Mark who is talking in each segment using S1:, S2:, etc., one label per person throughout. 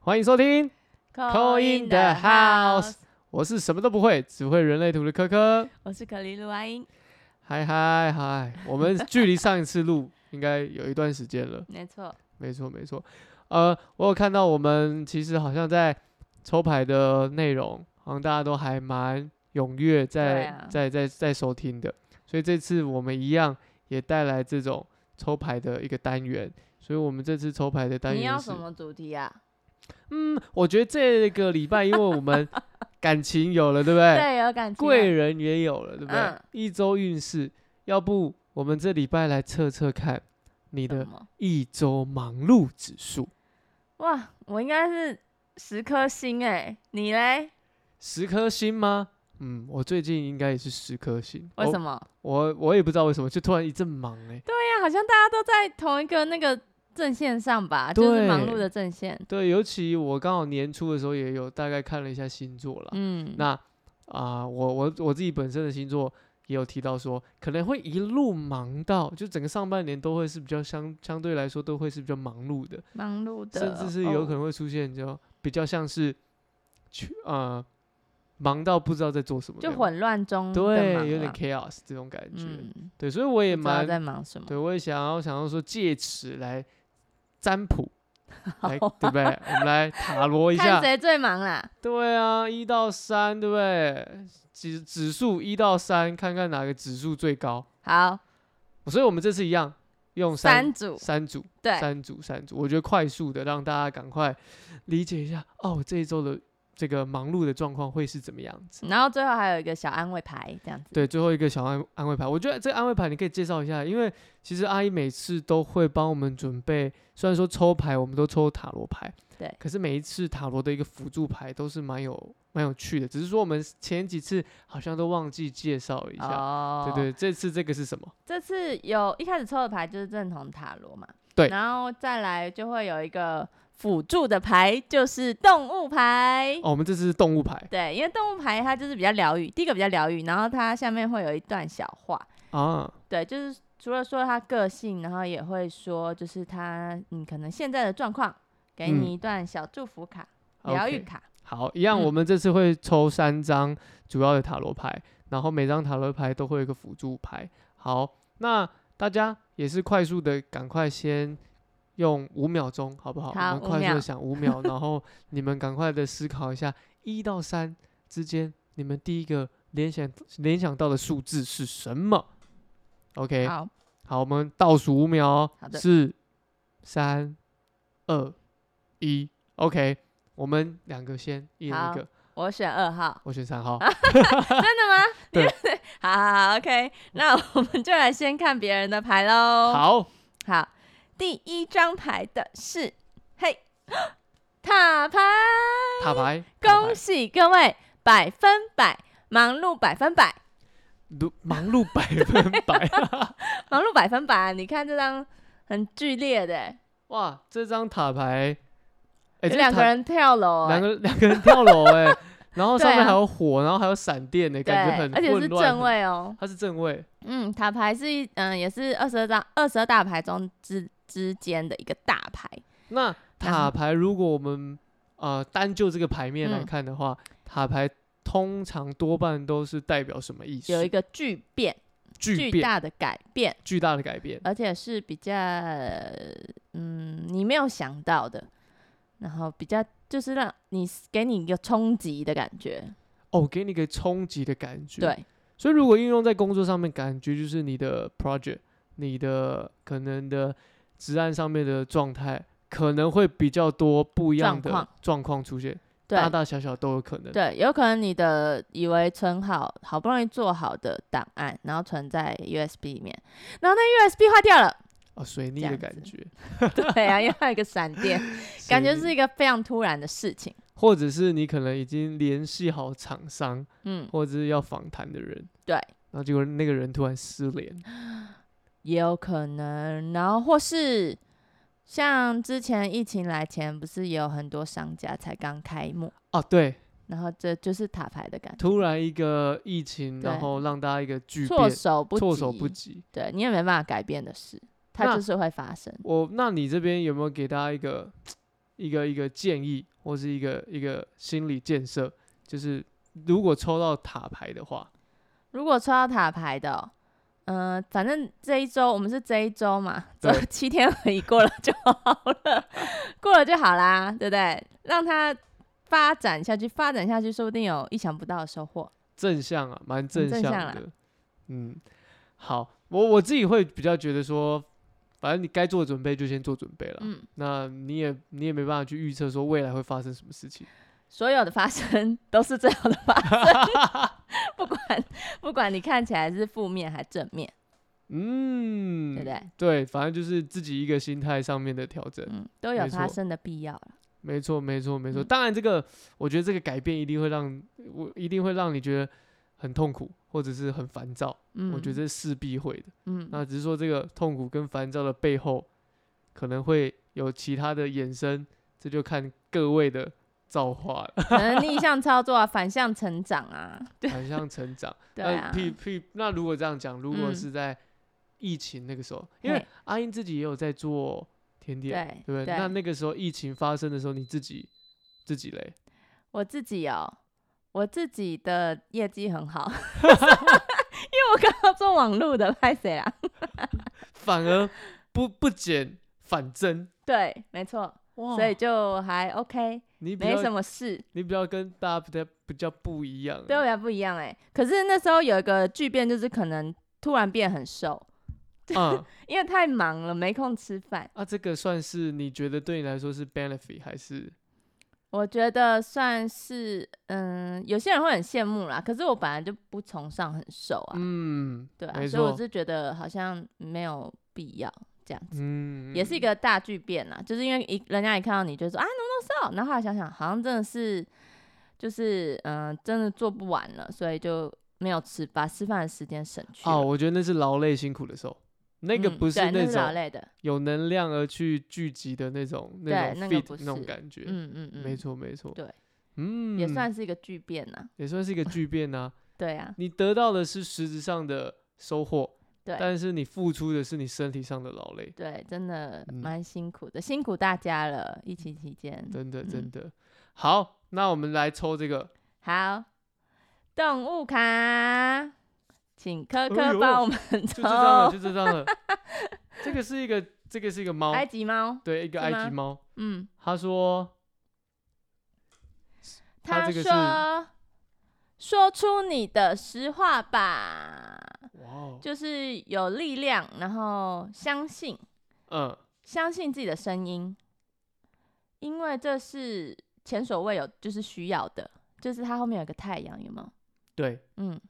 S1: 欢迎收听，
S2: Call
S1: in the house 我是什么都不会，只会人类图的科科。
S2: 我是可丽露阿英，
S1: 嗨嗨嗨，我们距离上一次录应该有一段时间了，
S2: 没错，
S1: 没错没错。呃，我有看到我们其实好像在抽牌的内容，好像大家都还蛮踊跃在、
S2: 对啊
S1: 在在在收听的，所以这次我们一样也带来这种抽牌的一个单元。所以我们这次抽牌的单元
S2: 你要
S1: 是
S2: 什么主题啊？
S1: 嗯，我觉得这个礼拜，因为我们感情有了，对不 对？
S2: 对，有感情啊。
S1: 贵人也有了，对不对？
S2: 嗯
S1: 一周运势，要不我们这礼拜来测测看你
S2: 什
S1: 的
S2: 么？
S1: 一周忙碌指数，
S2: 哇，我应该是十颗星哎、你嘞？
S1: 十颗星吗？嗯，我最近应该也是十颗星。
S2: 为什
S1: 么？
S2: 么？
S1: 我我也不知道为什么，就突然一阵忙哎、
S2: 哦对呀、好像大家都在同一个那个阵线上吧，就是
S1: 对
S2: 忙碌的阵线。
S1: 对，尤其我刚好年初的时候也有大概看了一下星座啦。
S2: 嗯，
S1: 那啊、我我我自己本身的星座也有提到说，可能会一路忙到，就整个上半年都会是比较相相对来说都会是比较忙碌的，
S2: 忙碌的，
S1: 甚至是有可
S2: 哦
S1: 能会出现就比较像是去啊忙到不知道在做什么那
S2: 就
S1: 样，
S2: 混乱中的
S1: 对，
S2: 忙
S1: 有点
S2: 啊
S1: chaos 这种感觉。
S2: 嗯，
S1: 对，所以我也
S2: 不知道
S1: 蛮
S2: 在忙什么。
S1: 对，我也想要想要说借此来占 卜。来，对不对？我们来塔罗一下
S2: 看，谁最忙啦？
S1: 对啊，一到三，对不对？指指数一到三，看看哪个指数最高。
S2: 好，
S1: 所以我们这次一样用三
S2: 三组，
S1: 三组，
S2: 对，
S1: 三组三组，我觉得快速的让大家赶快理解一下哦，这一周的这个忙碌的状况会是怎么样子。
S2: 然后最后还有一个小安慰牌，这样子。
S1: 对，最后一个小安安慰牌，我觉得这个安慰牌你可以介绍一下，因为其实阿姨每次都会帮我们准备，虽然说抽牌我们都抽塔罗牌，
S2: 对
S1: 可是每一次塔罗的一个辅助牌都是蛮有蛮有趣的，只是说我们前几次好像都忘记介绍一下。
S2: 哦
S1: 对对，这次这个是什么？
S2: 这次有一开始抽的牌就是正统塔罗嘛，
S1: 对
S2: 然后再来就会有一个辅助的牌，就是动物牌。
S1: 哦，我们这次是动物牌
S2: 对，因为动物牌它就是比较疗愈，第一个比较疗愈，然后它下面会有一段小话，
S1: 啊，
S2: 对，就是除了说他个性，然后也会说就是他嗯可能现在的状况，给
S1: 嗯
S2: 你一段小祝福卡、疗愈
S1: OK
S2: 卡。
S1: 好，一样，
S2: 嗯
S1: 我们这次会抽三张主要的塔罗牌，然后每张塔罗牌都会有一个辅助牌。好，那大家也是快速的，赶快先用五秒钟，好不好？
S2: 好
S1: 我们快
S2: 5
S1: 速
S2: 秒
S1: 的想五秒，然后你们赶快的思考一下，一到三之间，你们第一个联想联想到的数字是什么？OK，
S2: 好，
S1: 好，我们倒数五秒哦
S2: 好，的
S1: 四、三、二、一，OK。我们两个先，一人一
S2: 好
S1: 个。
S2: 我选二 号，
S1: 我选三号。
S2: 真的吗？
S1: 对，
S2: 好好好，OK，那我们就来先看别人的牌喽。
S1: 好，
S2: 好，第一张牌的是嘿 塔牌，
S1: 塔牌，塔
S2: 恭
S1: 牌
S2: 喜各位百分百忙碌百分百
S1: 碌忙碌百分 百。
S2: 忙碌百分百，你看这张很剧烈的欸，
S1: 哇，这张塔牌，哎、
S2: 有
S1: 这
S2: 两
S1: 塔
S2: 个，人跳楼欸，
S1: 两个两个人跳楼、哎，然后上
S2: 对
S1: 面
S2: 啊
S1: 还有火，然后还有闪电呢、感觉
S2: 对，
S1: 很
S2: 而且是
S1: 混乱。
S2: 正，位哦，
S1: 它是正位，
S2: 嗯，塔牌是一嗯也是二十二张二十二大牌中之之间的一个大牌，
S1: 那
S2: 然后
S1: 塔牌，如果我们呃单就这个牌面来
S2: 嗯
S1: 看的话，塔牌通常多半都是代表什么意思？
S2: 有一个巨变
S1: 巨
S2: 巨
S1: 变、
S2: 大的改变，
S1: 巨大的改变。
S2: 而且是比较嗯你没有想到的，然后比较就是让你给你一个冲击的感觉，
S1: 哦，给你一个冲击的感觉。
S2: 对，
S1: 所以如果应用在工作上面，感觉就是你的 project、你的可能的职案上面的状态，可能会比较多不一样
S2: 状况
S1: 的状况出现，
S2: 对
S1: 大大小小都有可能。
S2: 对，有可能你的以为存好好不容易做好的档案，然后存在 USB 里面，然后那 USB 坏掉了，
S1: 哦，水逆
S2: 这
S1: 的
S2: 样
S1: 感
S2: 子
S1: 觉，
S2: 对啊，因为它有一个闪电，感觉
S1: 水
S2: 是
S1: 逆，
S2: 一个非常突然的事情，
S1: 或者是你可能已经联系好厂商，
S2: 嗯，
S1: 或者是要访谈的人，
S2: 对
S1: 然后结果那个人突然失联，
S2: 也有可能，然后或是。像之前疫情来前，不是也有很多商家才刚开幕，
S1: 哦，对，
S2: 然后这就是塔牌的感觉，
S1: 突然一个疫情，然
S2: 对
S1: 后让大家一个巨变
S2: 措，手不及，
S1: 措手不，及。
S2: 对你也没办法改变的事，它
S1: 那
S2: 就是会发生。
S1: 我，那你这边有没有给大家一个一个一个建议，或是一个一个心理建设，就是如果抽到塔牌的话，
S2: 如果抽到塔牌的哦、嗯、反正这一周我们是这一周嘛，这
S1: 对
S2: 七天而已，过了就好了，过了就好啦，对不对？让它发展下去，发展下去，说不定有意想不到的收获。
S1: 正向啊，蛮正
S2: 正
S1: 向
S2: 向啊啦
S1: 的。嗯，好，我我自己会比较觉得说，反正你该做的准备就先做准备了。
S2: 嗯，
S1: 那你也你也没办法去预测说未来会发生什么事情。
S2: 所有的发生都是最好的发生， 不管不管你看起来是负面还正面，
S1: 嗯，
S2: 对不对？
S1: 对，反正就是自己一个心态上面的调整。
S2: 嗯，都有
S1: 没错
S2: 发生的必要了。
S1: 没错，没错，没错。
S2: 嗯
S1: 当然，这个我觉得这个改变一定会让我一定会让你觉得很痛苦，或者是很烦躁。
S2: 嗯，
S1: 我觉得，这势必会的。
S2: 嗯，
S1: 那只是说这个痛苦跟烦躁的背后，可能会有其他的衍生，这就看各位的造化了，
S2: 可能逆向操作啊，反向成长啊，
S1: 反向成长。
S2: 对
S1: 那
S2: 啊，
S1: 呃譬譬，那如果这样讲，如果
S2: 嗯
S1: 是在疫情那个时候，因为
S2: 嘿
S1: 阿英自己也有在做甜点，
S2: 对
S1: 对不对？那那个时候疫情发生的时候，你自己自己嘞，
S2: 我自己哦，我自己的业绩很好， 因为我刚刚做网路的，拍谁啊啦？
S1: 反而不不减反增，
S2: 对，没错，
S1: 哇
S2: 所以就还 OK，
S1: 你比
S2: 没什
S1: 较
S2: 么事，
S1: 你比较跟大家比较比较不一样，啊
S2: 对我俩不一样哎、可是那时候有一个巨变，就是可能突然变很瘦，
S1: 嗯。
S2: 因为太忙了，没空吃饭。
S1: 啊，这个算是你觉得对你来说是 benefit 还是
S2: 我觉得算是，嗯，有些人会很羡慕啦。可是我本来就不崇尚很瘦啊，
S1: 嗯
S2: 对啊，
S1: 没
S2: 所以我
S1: 错
S2: 是觉得好像没有必要这样子。
S1: 嗯
S2: 也是一
S1: 嗯
S2: 个大巨变啦，就是因为一人家一看到你就说啊，no no so，然后后来想想好像真的是，就是嗯、呃真的做不完了，所以就没有吃，把吃饭的时间省去了。
S1: 哦，我觉得那是劳累辛苦的时候，那个
S2: 嗯
S1: 不
S2: 对
S1: 是
S2: 那劳
S1: 种
S2: 累的，
S1: 有能量而去聚集的那种那
S2: 对
S1: 种
S2: 那个
S1: fit
S2: 不
S1: 那种
S2: 是
S1: 感觉，
S2: 嗯嗯嗯，
S1: 没，错没错，
S2: 对，
S1: 嗯，
S2: 也算是一个巨变呐、
S1: 也算 是一个巨变呐、
S2: 对啊，
S1: 你得到的是实质上的收获，
S2: 对
S1: 但是你付出的是你身体上的劳累，
S2: 对，真的
S1: 嗯
S2: 蛮辛苦的，辛苦大家了，疫情期间。
S1: 真的真
S2: 嗯
S1: 的。好，那我们来抽这个，
S2: 好，动物卡，请科
S1: 哎
S2: 科
S1: 呦
S2: 帮我们
S1: 就这张了，
S2: 抽
S1: 就这张 了。这个是一个，这个是一个猫，
S2: 埃及猫，
S1: 对，一个
S2: 哎是
S1: 埃
S2: 吗
S1: 及猫。
S2: 嗯。
S1: 他说他
S2: 他
S1: 这个
S2: 说：“
S1: 是
S2: 说出你的实话吧，：“
S1: 哇哦，
S2: 嗯就是有力量，然后相信，
S1: 嗯，
S2: 相信自己的声音，因为这是前所未有，就是需要的。就是它后面有个太阳，有没有？
S1: 对，
S2: 嗯，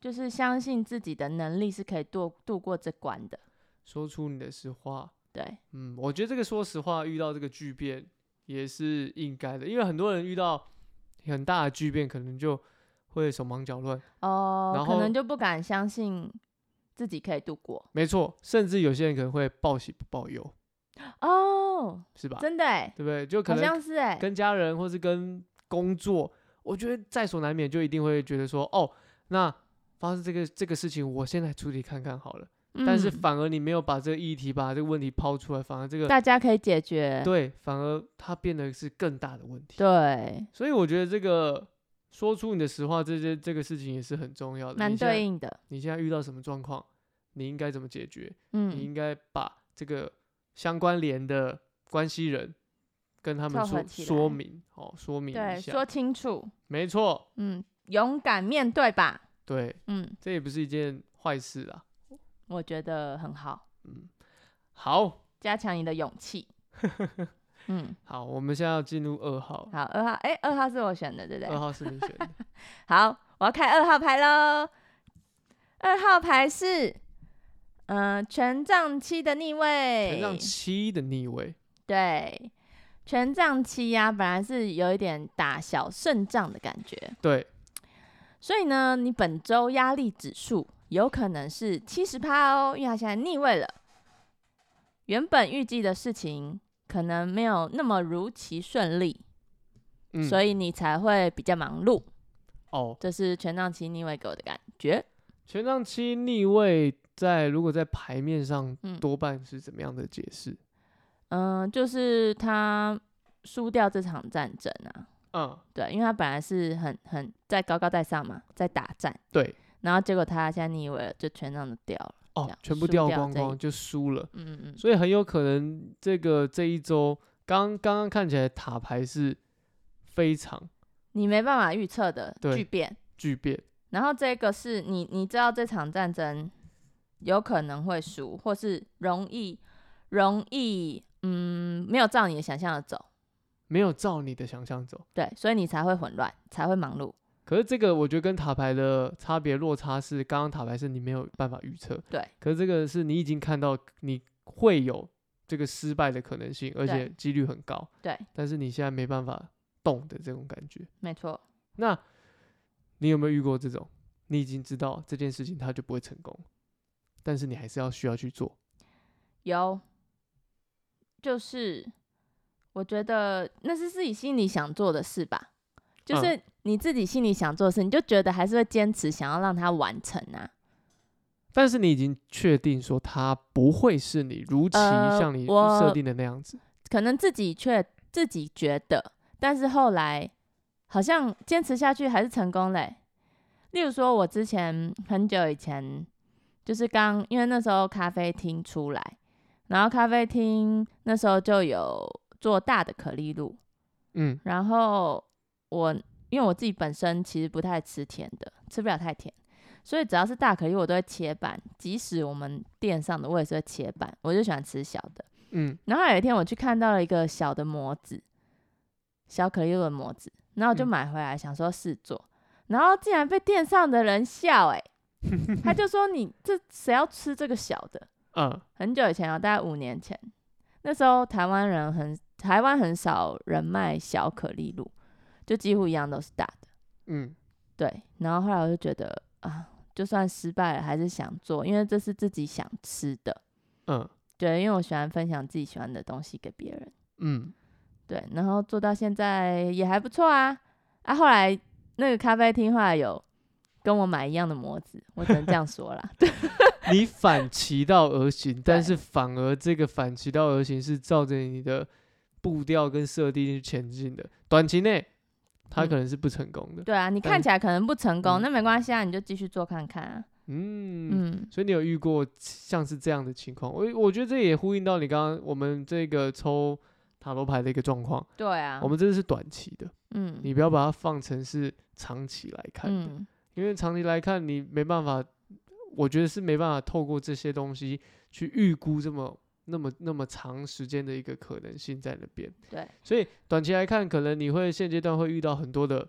S2: 就是相信自己的能力是可以度度过这关的。
S1: 说出你的实话。
S2: 对，
S1: 嗯，我觉得这个说实话，遇到这个巨变也是应该的，因为很多人遇到很大的巨变，可能就会手忙脚乱。
S2: 哦
S1: 然，
S2: 可
S1: 后
S2: 能就不敢相信自己可以度过。
S1: 没错，甚至有些人可能会报喜不报忧，
S2: 哦，
S1: 是吧？
S2: 真的哎，
S1: 对不对？啊就可
S2: 好
S1: 能
S2: 像是哎，
S1: 跟家人或是跟工作，我觉得在所难免，就一定会觉得说，哦，那发生这个这个事情，我先来处理看看好了。但是
S2: 嗯
S1: 反而你没有把这个议题、把这个问题抛出来，反而这个
S2: 大家可以解决。
S1: 对，反而它变得是更大的问题。
S2: 对，
S1: 所以我觉得这个说出你的实话，这些这个事情也是很重要的。
S2: 蛮
S1: 你现在
S2: 对应的。
S1: 你现在遇到什么状况，你应该怎么解决？你
S2: 嗯
S1: 应该把这个相关联的关系人跟他们
S2: 凑合
S1: 说
S2: 起
S1: 说
S2: 来
S1: 明，哦，说明
S2: 对，
S1: 一
S2: 说
S1: 下。
S2: 清楚。
S1: 没错，
S2: 嗯，勇敢面对吧。
S1: 对，
S2: 嗯，
S1: 这也不是一件坏事啊。
S2: 我觉得很好，
S1: 嗯，好
S2: 加强你的勇 气。嗯，
S1: 好，我们现在要进入二号，
S2: 好，二号，哎、二号是我选的，对不
S1: 二
S2: 对？
S1: 号是你选 的。
S2: 好，我要开二号牌喽。二号牌是，嗯、权杖七的逆位。
S1: 权杖七的逆位，
S2: 对，权杖七呀、本来是有一点打小胜仗的感觉。
S1: 对，
S2: 所以呢，你本周压力指数有可能是七十趴哦，因为它现在逆位了。原本预计的事情可能没有那么如期顺利，
S1: 嗯，
S2: 所
S1: 以
S2: 以你才会比较忙碌。
S1: 哦，
S2: 这是权杖七逆位给我的感觉。
S1: 权杖七逆位在如果在牌面上
S2: 嗯
S1: 多半是怎么样的解释？
S2: 嗯、就是它输掉这场战争啊。
S1: 嗯，
S2: 对，因为他本来是很很在高高在上嘛，在打战，
S1: 对，
S2: 然后结果他现在你以为就全让的掉了。这
S1: 哦
S2: 样，
S1: 全部
S2: 输
S1: 掉
S2: 掉
S1: 光
S2: 这一
S1: 光就输了，
S2: 嗯嗯嗯，
S1: 所以很有可能这个这一周刚刚刚看起来塔牌是非常
S2: 你没办法预测的
S1: 对
S2: 巨变。
S1: 巨变，
S2: 然后这个是你你知道这场战争有可能会输，或是容易容易嗯没有照你的想象的走，
S1: 没有照你的想象走。
S2: 对，所以你才会混乱，才会忙碌，
S1: 可是这个我觉得跟塔牌的差别落差是，刚刚塔牌是你没有办法预测，
S2: 对。
S1: 可是这个是你已经看到你会有这个失败的可能性，而且几率很高，
S2: 对，
S1: 但是你现在没办法动的这种感觉。
S2: 没错。
S1: 那你有没有遇过这种？你已经知道这件事情它就不会成功，但是你还是要需要去做。
S2: 有，就是我觉得那是自己心里想做的事吧，就
S1: 嗯
S2: 是你自己心里想做的事，你就觉得还是会坚持想要让它完成啊。
S1: 但是你已经确定说它不会是你如期
S2: 呃
S1: 像你
S2: 我
S1: 设定的那样子，
S2: 可能自己却自己觉得，但是后来好像坚持下去还是成功嘞、例如说，我之前很久以前就是刚，因为那时候咖啡厅出来，然后咖啡厅那时候就有做大的可丽露，
S1: 嗯
S2: 然后我因为我自己本身其实不太吃甜的，吃不了太甜，所以只要是大可丽我都会切半，即使我们店上的我也是会切半，我就喜欢吃小的。
S1: 嗯，
S2: 然后有一天我去看到了一个小的模子，小可丽露的模子，然后我就
S1: 嗯
S2: 买回来想说试做，然后竟然被店上的人笑、欸，他就说你这谁要吃这个小的？
S1: 嗯
S2: 很久以前啊，大概五年前，那时候台湾人很台湾很少人卖小可丽露，就几乎一样都是大的。
S1: 嗯，
S2: 对，然后后来我就觉得啊，就算失败了还是想做，因为这是自己想吃的。
S1: 嗯
S2: 对，因为我喜欢分享自己喜欢的东西给别人。
S1: 嗯，
S2: 对，然后做到现在也还不错啊。啊，后来那个咖啡厅后来有跟我买一样的模子，我只能这样说 啦。对
S1: 你反其道而行，但是反而这个反其道而行是照着你的步调跟设定去前进的，短期内它
S2: 嗯
S1: 可能是不成功的，
S2: 对啊，你
S1: 但
S2: 看起来可能不成功，
S1: 嗯
S2: 那没关系啊，你就继续做看看啊。
S1: 嗯。
S2: 嗯，
S1: 所以你有遇过像是这样的情况，我我觉得这也呼应到你刚刚我们这个抽塔罗牌的一个状况，
S2: 对啊，
S1: 我们这是短期的，
S2: 嗯
S1: 你不要把它放成是长期来看的，
S2: 嗯
S1: 因为长期来看你没办法，我觉得是没办法透过这些东西去预估这么那么那么长时间的一个可能性在那边，
S2: 对，
S1: 所以短期来看，可能你会现阶段会遇到很多的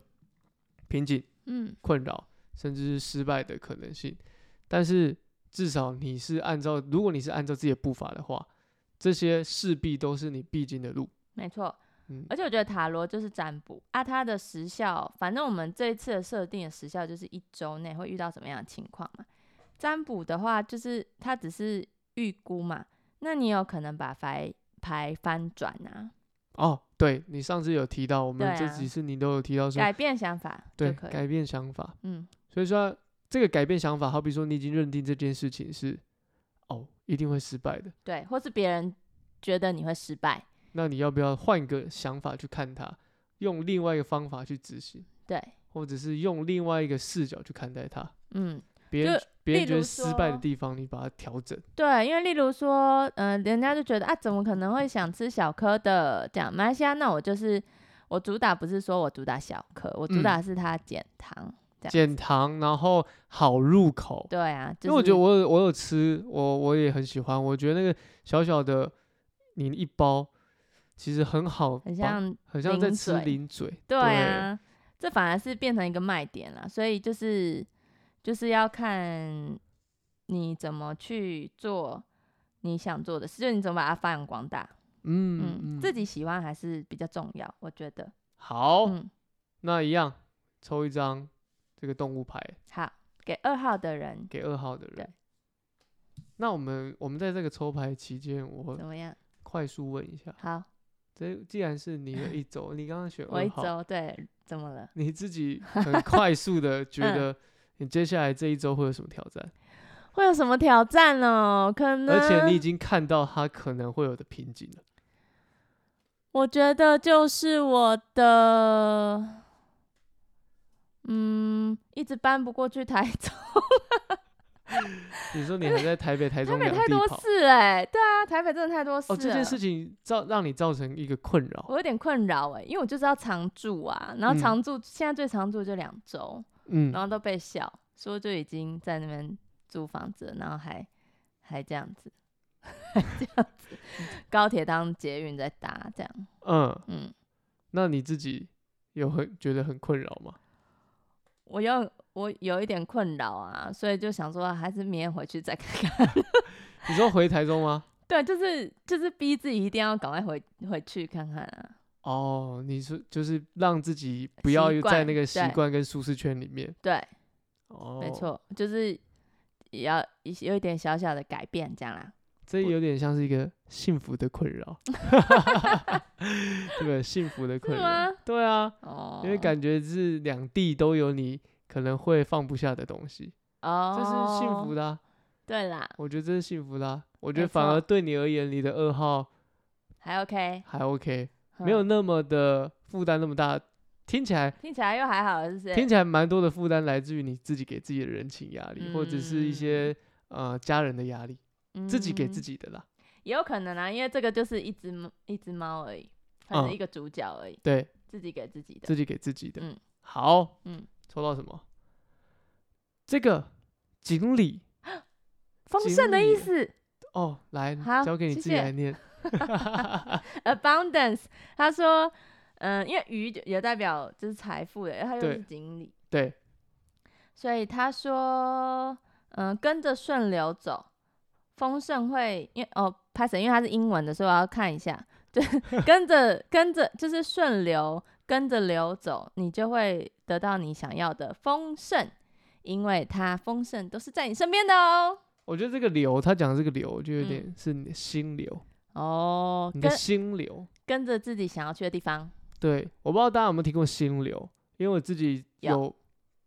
S1: 瓶颈、
S2: 嗯
S1: 困扰，甚至是失败的可能性，但是至少你是按照，如果你是按照自己的步伐的话，这些势必都是你必经的路，
S2: 没错。
S1: 嗯
S2: 而且我觉得塔罗就是占卜啊，它的时效，反正我们这一次的设定的时效就是一周内会遇到什么样的情况嘛。占卜的话，就是它只是预估嘛，那你有可能把牌牌翻转啊，
S1: 哦，对你上次有提到，我们
S2: 对
S1: 这
S2: 啊
S1: 几次你都有提到说，
S2: 改变想法
S1: 对，
S2: 就可以。
S1: 改变想法。
S2: 嗯，
S1: 所以说这个改变想法，好比说你已经认定这件事情是哦一定会失败的，
S2: 对，或是别人觉得你会失败，
S1: 那你要不要换个想法去看它，用另外一个方法去执行，
S2: 对，
S1: 或者是用另外一个视角去看待它？
S2: 嗯，
S1: 别人
S2: 就
S1: 别人
S2: 例
S1: 觉
S2: 如
S1: 得失败的
S2: 说
S1: 地方，你把它调整。
S2: 对，因为例如说，嗯、人家就觉得啊，怎么可能会想吃小颗的？这样，马来西亚那我就是我主打不是说我主打小颗，我主
S1: 嗯
S2: 打是它减糖。这样
S1: 减糖，然后好入口。
S2: 对啊，就是、
S1: 因为我觉得我有我有吃，我我也很喜欢。我觉得那个小小的，你一包其实很好把，
S2: 很像，
S1: 很像在
S2: 零
S1: 吃
S2: 嘴
S1: 零嘴。
S2: 对啊，这反而是变成一个卖点了。所以就是就是要看你怎么去做你想做的事，就你怎么把它发扬光大。
S1: 嗯
S2: 嗯，
S1: 嗯，
S2: 自己喜欢还是比较重要，我觉得。
S1: 好。
S2: 嗯，
S1: 那一样抽一张这个动物牌
S2: 好，给二号的人
S1: 给二号的人
S2: 对。
S1: 那我们我们在这个抽牌期间，我
S2: 怎么样？
S1: 快速问一下，
S2: 好。
S1: 这既然是你的一周，你刚刚选
S2: 我一
S1: 二号，
S2: 周对，怎么了？
S1: 你自 己很快速的觉
S2: 嗯
S1: 得你接下来这一周会有什么挑战，
S2: 会有什么挑战哦？可能
S1: 而且你已经看到它可能会有的瓶颈了。
S2: 我觉得就是我的，嗯，一直搬不过去台中，
S1: 你说你还在台 北、台
S2: 台
S1: 中
S2: 北
S1: 两
S2: 太多
S1: 地跑，
S2: 事哎、对啊，台北真的太多事
S1: 哦，
S2: 了。
S1: 这件事情造让你造成一个困扰。
S2: 我有点困扰哎、因为我就知道常住啊，然后
S1: 嗯
S2: 常住、现在最常住就两周，
S1: 嗯
S2: 然，后都被笑说就已经在那边租房子了，然后还还这样子， 还这样子，高铁当捷运在搭这样，
S1: 嗯，
S2: 嗯，
S1: 那你自己有很觉得很困扰吗？
S2: 我有我有一点困扰啊，所以就想说还是明天回去再看看。
S1: 你说回台中吗？
S2: 对，就是就是逼自己一定要赶快回回去看看啊。
S1: 哦，你说就是让自己不
S2: 习
S1: 要在
S2: 惯
S1: 那个习
S2: 对
S1: 惯跟舒适圈里面。
S2: 对，
S1: 哦，
S2: 没，错，就是也要一些有一点小小的改变这样啦。
S1: 这有点像是一个幸福的困 扰，这个幸福的
S2: 是
S1: 困扰。
S2: 吗？
S1: 对啊，
S2: 哦，
S1: 因为感觉是两地都有你可能会放不下的东西，这
S2: 哦，
S1: 是幸福。的啊、
S2: 对啦，
S1: 我觉得这是幸福的啊、我觉得
S2: 没
S1: 反而
S2: 错
S1: 对你而言，你的噩耗
S2: 还 OK，
S1: 还 OK，
S2: 嗯
S1: 没有那么的负担那么大。听起来
S2: 听起来又还好，是不是？
S1: 听起来蛮多的负担来自于你自己给自己的人情压力，或者是一
S2: 嗯
S1: 些呃家人的压力，自己给自
S2: 嗯
S1: 己的啦。
S2: 也有可能啊，因为这个就是一只猫一只猫而已，它
S1: 嗯
S2: 是一个主角而已，
S1: 对，
S2: 自己给自己的。
S1: 自己给自己的。
S2: 嗯
S1: 好，
S2: 嗯，
S1: 抽到什么？这个锦鲤
S2: 丰盛的意
S1: 锦鲤
S2: 思
S1: 哦，来
S2: 好
S1: 交给你
S2: 谢
S1: 自己
S2: 谢
S1: 来 念。
S2: ，abundance。他说，嗯、因为鱼就也代表就是财富的，它又
S1: 对
S2: 是锦鲤，
S1: 对，
S2: 所以他说，嗯、跟着顺流走，丰盛会，因为哦，拍成因为它是英文的，所以我要看一下，对， 跟着跟着就是顺流，跟着流走，你就会得到你想要的丰盛，因为它丰盛都是在你身边的哦。
S1: 我觉得这个流，他讲的这个流，就有
S2: 嗯
S1: 点是你的心流，
S2: 哦，
S1: 你的
S2: 跟
S1: 心流。
S2: 跟着自己想要去的地方，
S1: 对，我不知道大家有没有听过心流，因为我自己
S2: 有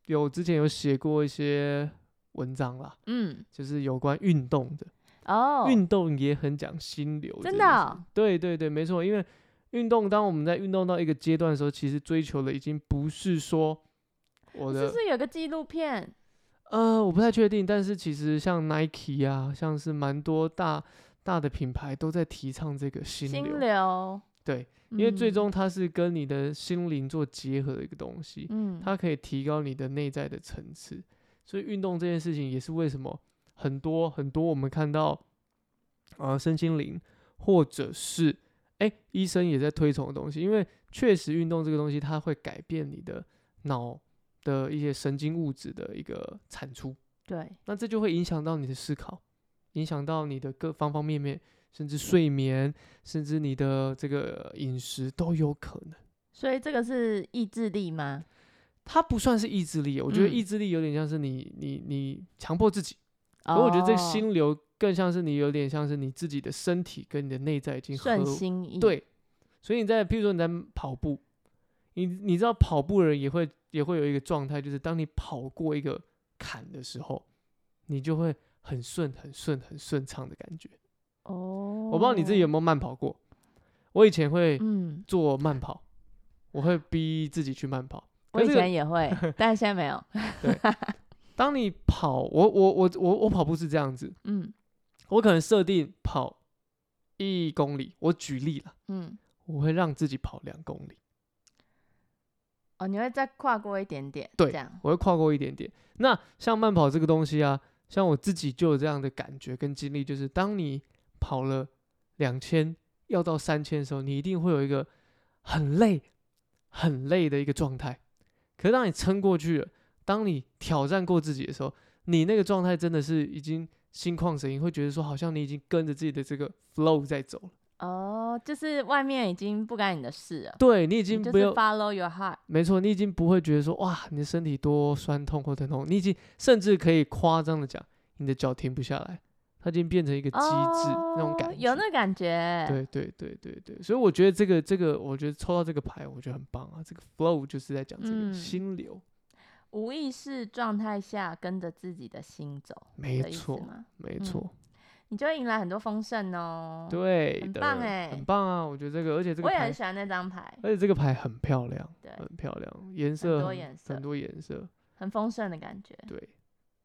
S1: 有有之前有写过一些文章啦，
S2: 嗯，
S1: 就是有关运动的，
S2: 哦，
S1: 运动也很讲心流这件
S2: 真
S1: 事。
S2: 的哦
S1: 对对对，没错，因为运动，当我们在运动到一个阶段的时候，其实追求的已经不是说我
S2: 是
S1: 的
S2: 不是有个纪录片？
S1: 呃，我不太确定，但是其实像 Nike 啊，像是蛮多大大的品牌都在提倡这个心流，
S2: 心流，
S1: 对，因为最
S2: 嗯，
S1: 终它是跟你的心灵做结合的一个东西，
S2: 嗯，
S1: 它可以提高你的内在的层次。所以运动这件事情也是为什么很多很多我们看到，呃，身心灵或者是哎、医生也在推崇的东西，因为确实运动这个东西它会改变你的脑的一些神经物质的一个产出，
S2: 对，
S1: 那这就会影响到你的思考，影响到你的各方方面面，甚至睡眠，甚至你的这个饮食都有可能。
S2: 所以这个是意志力吗？
S1: 它不算是意志力，我觉得
S2: 嗯
S1: 意志力有点像是你你你强迫自己，可我觉得这个
S2: 哦
S1: 心流更像是你有点像是你自己的身体跟你的内在已经合
S2: 顺心意，，
S1: 对，所以你在譬如说你在跑步，你你知道跑步的人也会也会有一个状态，就是当你跑过一个坎的时候，你就会很顺很顺很顺畅的感觉。
S2: 哦，
S1: 我不知道你自己有，没有慢跑过，我以前会
S2: 嗯，
S1: 做慢跑，我会逼自己去慢跑。
S2: 我
S1: 可
S2: 以
S1: 是这个
S2: 前也会， 但现在没有，
S1: 当你跑，我我我我我跑步是这样子，
S2: 嗯
S1: 我可能设定跑一公里，我举例了，
S2: 嗯，
S1: 我会让自己跑两公里，
S2: 哦，你会再跨过一点点，
S1: 对
S2: 这样，
S1: 我会跨过一点点。那像慢跑这个东西啊，像我自己就有这样的感觉跟经历，就是当你跑了两千要到三千的时候，你一定会有一个很累、很累的一个状态。可是当你撑过去了，当你挑战过自己的时候，你那个状态真的是已经心旷神怡，会觉得说好像你已经跟着自己的这个 flow 在走了，
S2: 哦，就是外面已经不干你的事了，
S1: 对你已
S2: 你
S1: 经
S2: 就
S1: 不
S2: 是
S1: 用
S2: follow your heart，
S1: 没错，你已经不会觉得说哇，你的身体多酸痛或疼痛，你已经甚至可以夸张的讲，你的脚停不下来，它已经变成一个机制、那种
S2: 哦
S1: 感觉。
S2: 有那感觉，，
S1: 对对对对对，所以我觉得这个这个，我觉得抽到这个牌，我觉得很棒啊。这个 flow 就是在讲这个
S2: 嗯
S1: 心流，
S2: 无意识状态下跟着自己的心走，
S1: 没
S2: 的意思嗯
S1: 错
S2: 吗？
S1: 没错，
S2: 你就会迎来很多丰盛哦。
S1: 对
S2: 很
S1: 的，
S2: 棒欸
S1: 很棒啊！我觉得这个，而且这个
S2: 我也
S1: 牌
S2: 很，喜欢那张牌，
S1: 而且这个牌很漂亮，
S2: 对，
S1: 很漂亮，颜色
S2: 多
S1: 很
S2: 颜色
S1: 很多颜色。
S2: 很丰盛的感觉。
S1: 对，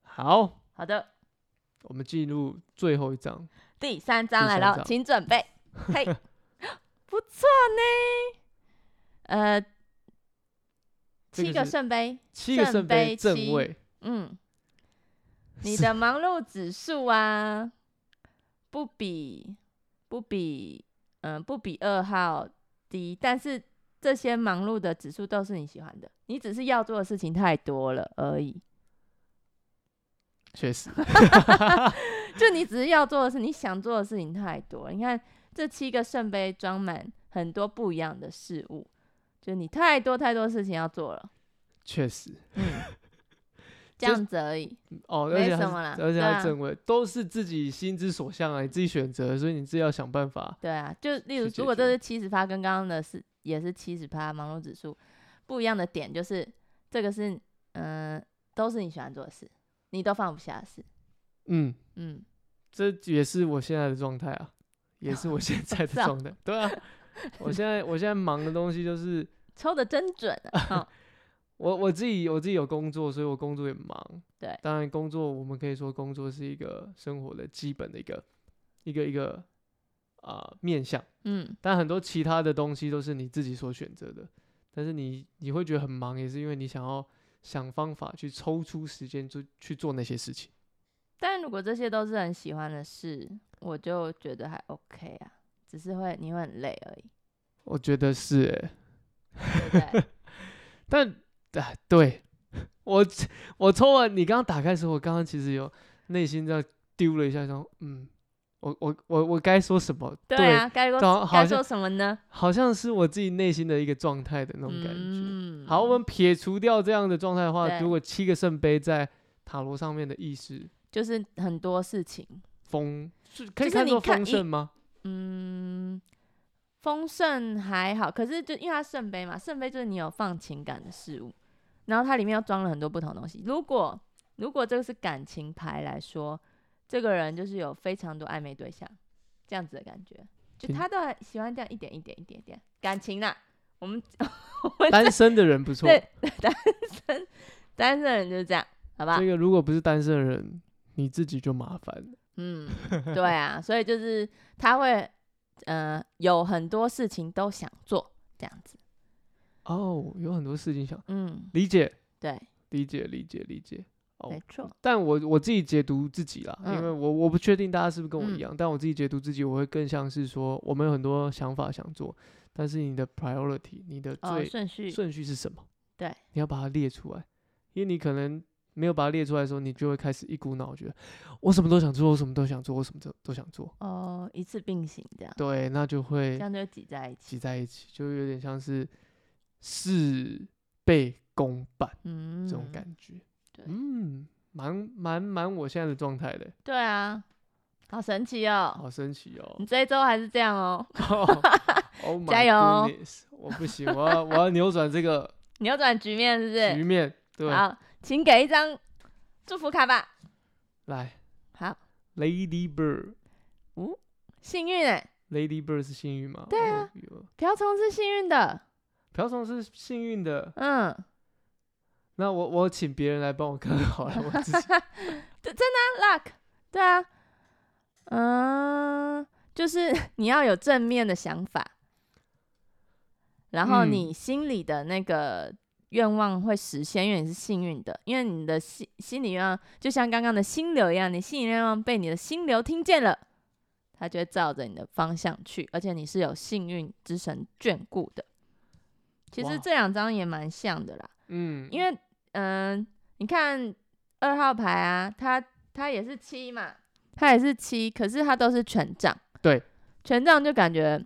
S1: 好，
S2: 好的，
S1: 我们进入最后一张，
S2: 第三张
S1: 第
S2: 来
S1: 三
S2: 了，
S1: 张
S2: 请 准备。嘿， 不错呢。呃，
S1: 这
S2: 七
S1: 个
S2: 个
S1: 是
S2: 圣杯，
S1: 七个
S2: 圣
S1: 圣
S2: 杯
S1: 正
S2: 七
S1: 位，
S2: 嗯，你
S1: 是
S2: 的忙碌指数啊，不比不比嗯、不比二号低，但是这些忙碌的指数都是你喜欢的，你只是要做的事情太多了而已。
S1: 确实
S2: 就你只是要做的事，你想做的事情太多了。你看这七个圣杯装满很多不一样的事物，就你太多太多事情要做了，
S1: 确实
S2: 这
S1: 就
S2: 样子而已。
S1: 哦，而
S2: 没
S1: 且还
S2: 什
S1: 是
S2: 么啦
S1: 而且
S2: 对
S1: 还
S2: 啊
S1: 正位，都是自己心之所向啊，你自己选择，所以你自己要想办法。
S2: 对啊，就例如
S1: 去解
S2: 如果这
S1: 决
S2: 是七十趴，跟刚刚的是也是七十趴忙碌指数不一样的点，就是这个是嗯、都是你喜欢做的事，你都放不下的事。
S1: 嗯，
S2: 嗯，
S1: 这也是我现在的状态啊，也是我现在
S2: 是
S1: 的
S2: 啊
S1: 状态。对啊，我现在我现在忙的东西就是
S2: 抽的真准啊！ 哦
S1: 我我自己我自己有工作，所以我工作也忙。
S2: 对
S1: 当然工作我们可以说工作是一个生活的基本的一个一个一个呃面向，
S2: 嗯，
S1: 但很多其他的东西都是你自己所选择的。但是你你会觉得很忙，也是因为你想要想方法去抽出时间就去做那些事情。
S2: 但如果这些都是很喜欢的事，我就觉得还 OK 啊，只是会你会很累而已，
S1: 我觉得是、欸，
S2: 对 不对？
S1: 但啊，对 我我抽完你刚刚打开的时候，我刚刚其实有内心这样丢了一下，说嗯，我我我我该说什么？
S2: 对啊，该
S1: 对，
S2: 说
S1: 好
S2: 该
S1: 好
S2: 说
S1: 像
S2: 什么呢？
S1: 好像是我自己内心的一个状态的那种感觉。
S2: 嗯
S1: 好，我们撇除掉这样的状态的话，
S2: 对
S1: 如果七个圣杯在塔罗上面的意识
S2: 就是很多事情，
S1: 丰，是可以
S2: 就是
S1: 看
S2: 你
S1: 作
S2: 看
S1: 丰
S2: 一
S1: 盛 吗？
S2: 嗯，丰盛还好，可是就因为它圣杯嘛，圣杯就是你有放情感的事物，然后它里面又装了很多不同的东西。如果如果这个是感情牌来说，这个人就是有非常多暧昧对象，这样子的感觉，就
S1: 听
S2: 他都很喜欢这样一点一点一点一点感情啦。我们 我们
S1: 单身的人不错，
S2: 对单身单身人就是这样，好不好
S1: 这？个如果不是单身的人，你自己就麻烦了。
S2: 嗯，对啊，所以就是他会呃有很多事情都想做这样子，
S1: 哦，有很多事情想
S2: 嗯，
S1: 理解，
S2: 对，
S1: 理解，理解，理解。哦
S2: 没错，
S1: 但我我自己解读自己啦，因为我我不确定大家是不是跟我一
S2: 嗯
S1: 样，但我自己解读自己，我会更像是说，我们有很多想法想做，但是你的 priority，你的
S2: 哦，
S1: 最
S2: 顺序，
S1: 顺序是什么？
S2: 对，
S1: 你要把它列出来，因为你可能没有把它列出来的时候，你就会开始一股脑觉得我什么都想做，我什么都想做，我什么都都想做，
S2: 哦，一次并行这样，
S1: 对，那就
S2: 这
S1: 会
S2: 样就会挤在一
S1: 挤
S2: 起，
S1: 在一起，就有点像是事倍功半
S2: 嗯，
S1: 这种感觉，
S2: 对
S1: 嗯，蛮蛮蛮我现在的状态的。
S2: 对啊，好神奇哦，
S1: 好神奇 哦！
S2: 你这一周还是这样哦，
S1: 哦 oh my
S2: 加油哦
S1: goodness，我不行，我要我要扭转这 个
S2: 扭转局面是不
S1: 局
S2: 是？
S1: 面。对，
S2: 好，请给一张祝福卡吧，
S1: 来
S2: 好，
S1: ，Lady Bird，Lady 哦
S2: 幸运哎，
S1: Bird 是幸运吗？
S2: 对啊
S1: 哦有
S2: 瓢虫是幸运的，
S1: 瓢虫是幸运的。
S2: 嗯，
S1: 那我我请别人来帮我看好了，我自 己
S2: 对，真的、啊、luck，对啊，嗯，就是 你要有正面的想法，然后
S1: 嗯
S2: 你心里的那个愿望会实现，因为你是幸运的，因为你的心心里愿望就像刚刚的心流一样，你心里愿望被你的心流听见了，它就会照着你的方向去，而且你是有幸运之神眷顾的。其
S1: 哇
S2: 实这两张也蛮像的啦。
S1: 嗯，
S2: 因为嗯、你看二号牌啊，它它也是七嘛，它也是七，可是它都是权杖。
S1: 对，
S2: 权杖就感觉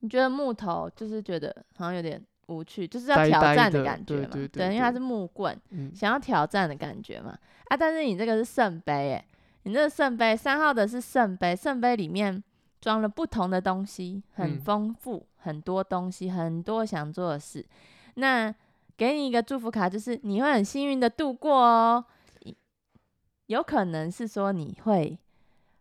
S2: 你觉得木头就是觉得好像有点无趣，就是要
S1: 呆
S2: 挑
S1: 呆
S2: 战的
S1: 的
S2: 感觉
S1: 对
S2: 嘛。
S1: 对对
S2: 因为它
S1: 对
S2: 是木棍，
S1: 嗯
S2: 想要挑战的感觉嘛。啊，但是你这个是圣杯诶，你这个圣杯三号的是圣杯，圣杯里面装了不同的东西，很
S1: 嗯
S2: 丰富，很多东西，很多想做的事。那给你一个祝福卡，就是你会很幸运的度过哦。有可能是说你会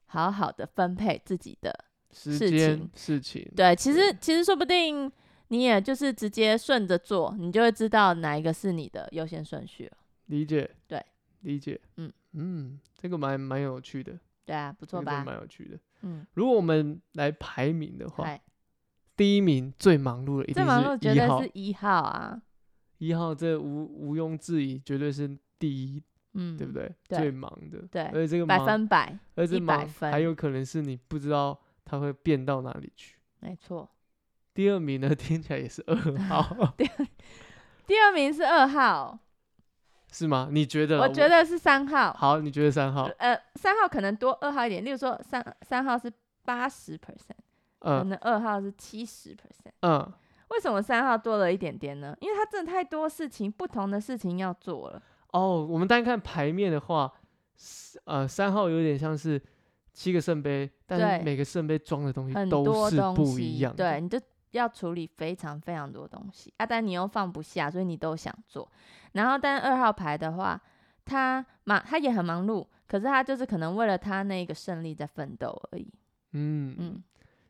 S2: 好好的分配自己的。
S1: 时
S2: 事
S1: 间
S2: 情
S1: 事情，
S2: 对，其
S1: 对
S2: 实其实说不定你也就是直接顺着做，你就会知道哪一个是你的优先顺序了。
S1: 理解，
S2: 对，
S1: 理解，
S2: 嗯
S1: 嗯，这个蛮蛮有趣的，
S2: 对啊，不
S1: 这
S2: 错
S1: 个真的
S2: 吧？
S1: 蛮有趣的。
S2: 嗯，
S1: 如果我们来排名的话，
S2: 嗨，
S1: 第一名最忙碌的一
S2: 哎这忙碌
S1: 定
S2: 绝
S1: 是一
S2: 对
S1: 号
S2: 是，一号啊，
S1: 一号这无毋庸置疑，绝对是第一，
S2: 嗯，
S1: 对不？对？
S2: 对
S1: 最忙的，
S2: 对
S1: 而且这个
S2: 百
S1: 忙，
S2: 分百，
S1: 而且
S2: 一百
S1: 忙
S2: 分
S1: 还有可能是你不知道它会变到哪里去。
S2: 没错。
S1: 第二名呢， 听起来也是二 号，
S2: 第二名是二号，
S1: 是吗？你觉得啦？
S2: 我觉得是三号。
S1: 啊好，你觉得三号？
S2: 呃，三号可能多二号一点，例如说三三号是八十 percent，可
S1: 嗯
S2: 能二号是七十 percent。
S1: 嗯，
S2: 为什么三号多了一点点呢？因为他真的太多事情，不同的事情要做了。
S1: 哦，我们单看牌面的话，是呃，三号有点像是七个圣杯，但是
S2: 对
S1: 每个圣杯装的东
S2: 很
S1: 西
S2: 多
S1: 嗯都是
S2: 东西，
S1: 不一样的。
S2: 对，你就要处理非常非常多东西啊，但你又放不下，所以你都想做。然后，但二号牌的话，他忙，他也很忙碌，可是他就是可能为了他那个胜利在奋斗而已。
S1: 嗯嗯。
S2: 嗯，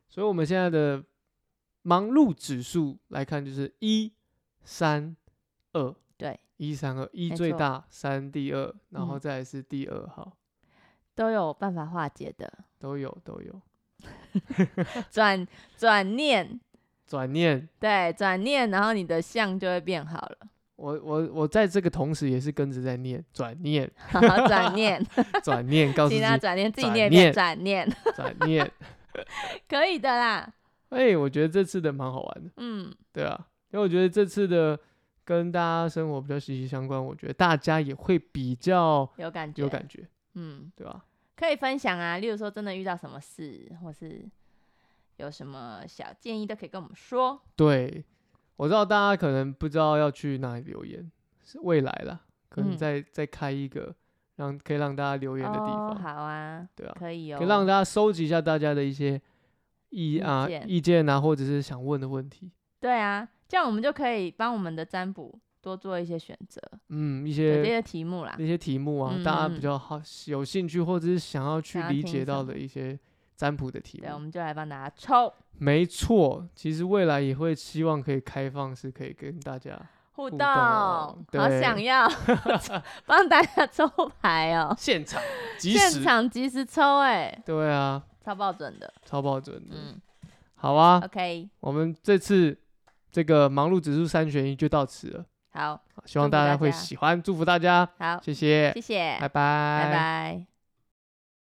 S1: 所以我们现在的忙碌指数来看，就是一三二，
S2: 对，
S1: 一三二，一
S2: 没
S1: 最
S2: 错
S1: 大，三第二，然后
S2: 嗯
S1: 再来是第二号，
S2: 都有办法化解的。
S1: 都有都有。
S2: 转转念，
S1: 转念，
S2: 对，转念，然后你的相就会变好了。
S1: 我我我在这个同时也是跟着在念转念
S2: 好好转念，
S1: 转念，告诉
S2: 请他
S1: 自
S2: 转念，自己
S1: 转
S2: 念一遍
S1: 念
S2: 转念，
S1: 己转念。
S2: 可以的啦。
S1: 哎、我觉得这次的蛮好玩的。
S2: 嗯，
S1: 对啊，因为我觉得这次的跟大家生活比较息息相关，我觉得大家也会比较
S2: 有感觉，
S1: 有感觉，
S2: 嗯。
S1: 对吧、
S2: 可以分享啊，例如说真的遇到什么事，或是有什么小建议都可以跟我们说。
S1: 对，我知道大家可能不知道要去哪里留言，是未来啦，可能
S2: 嗯
S1: 再、再开一个让可以让大家留言的地
S2: 哦，
S1: 方，
S2: 好啊，
S1: 对啊，
S2: 可以哦。
S1: 可以让大家收集一下大家的一些意
S2: 意
S1: 啊
S2: 见
S1: 意见啊，或者是想问的问题，
S2: 对啊，这样我们就可以帮我们的占卜多做一些选择，
S1: 嗯，一
S2: 有这
S1: 些
S2: 些题目啦
S1: 那。些题目啊，大家
S2: 嗯嗯
S1: 比
S2: 嗯
S1: 较好有兴趣或者是想要去
S2: 想要
S1: 理
S2: 听
S1: 解
S2: 什
S1: 到
S2: 么
S1: 的一些占卜的题
S2: 对，我
S1: 目。
S2: 们就来帮大家抽
S1: 没错，其实未来也会希望可以开放，是可以跟大家
S2: 互
S1: 互
S2: 动，
S1: 动
S2: 好
S1: 对
S2: 想要 帮大家抽牌哦，
S1: 现场 及
S2: 现
S1: 时，
S2: 场及时抽，哎，
S1: 对啊，
S2: 超爆准的。
S1: 超爆准的。
S2: 嗯
S1: 好啊，
S2: ，OK，
S1: 我们这次这个忙碌指数三选一就到此了，
S2: 好
S1: 希望
S2: 祝福
S1: 大
S2: 大
S1: 家会
S2: 家
S1: 喜欢，祝福大家，
S2: 好，
S1: 谢谢，
S2: 谢谢，
S1: 拜拜，
S2: 拜拜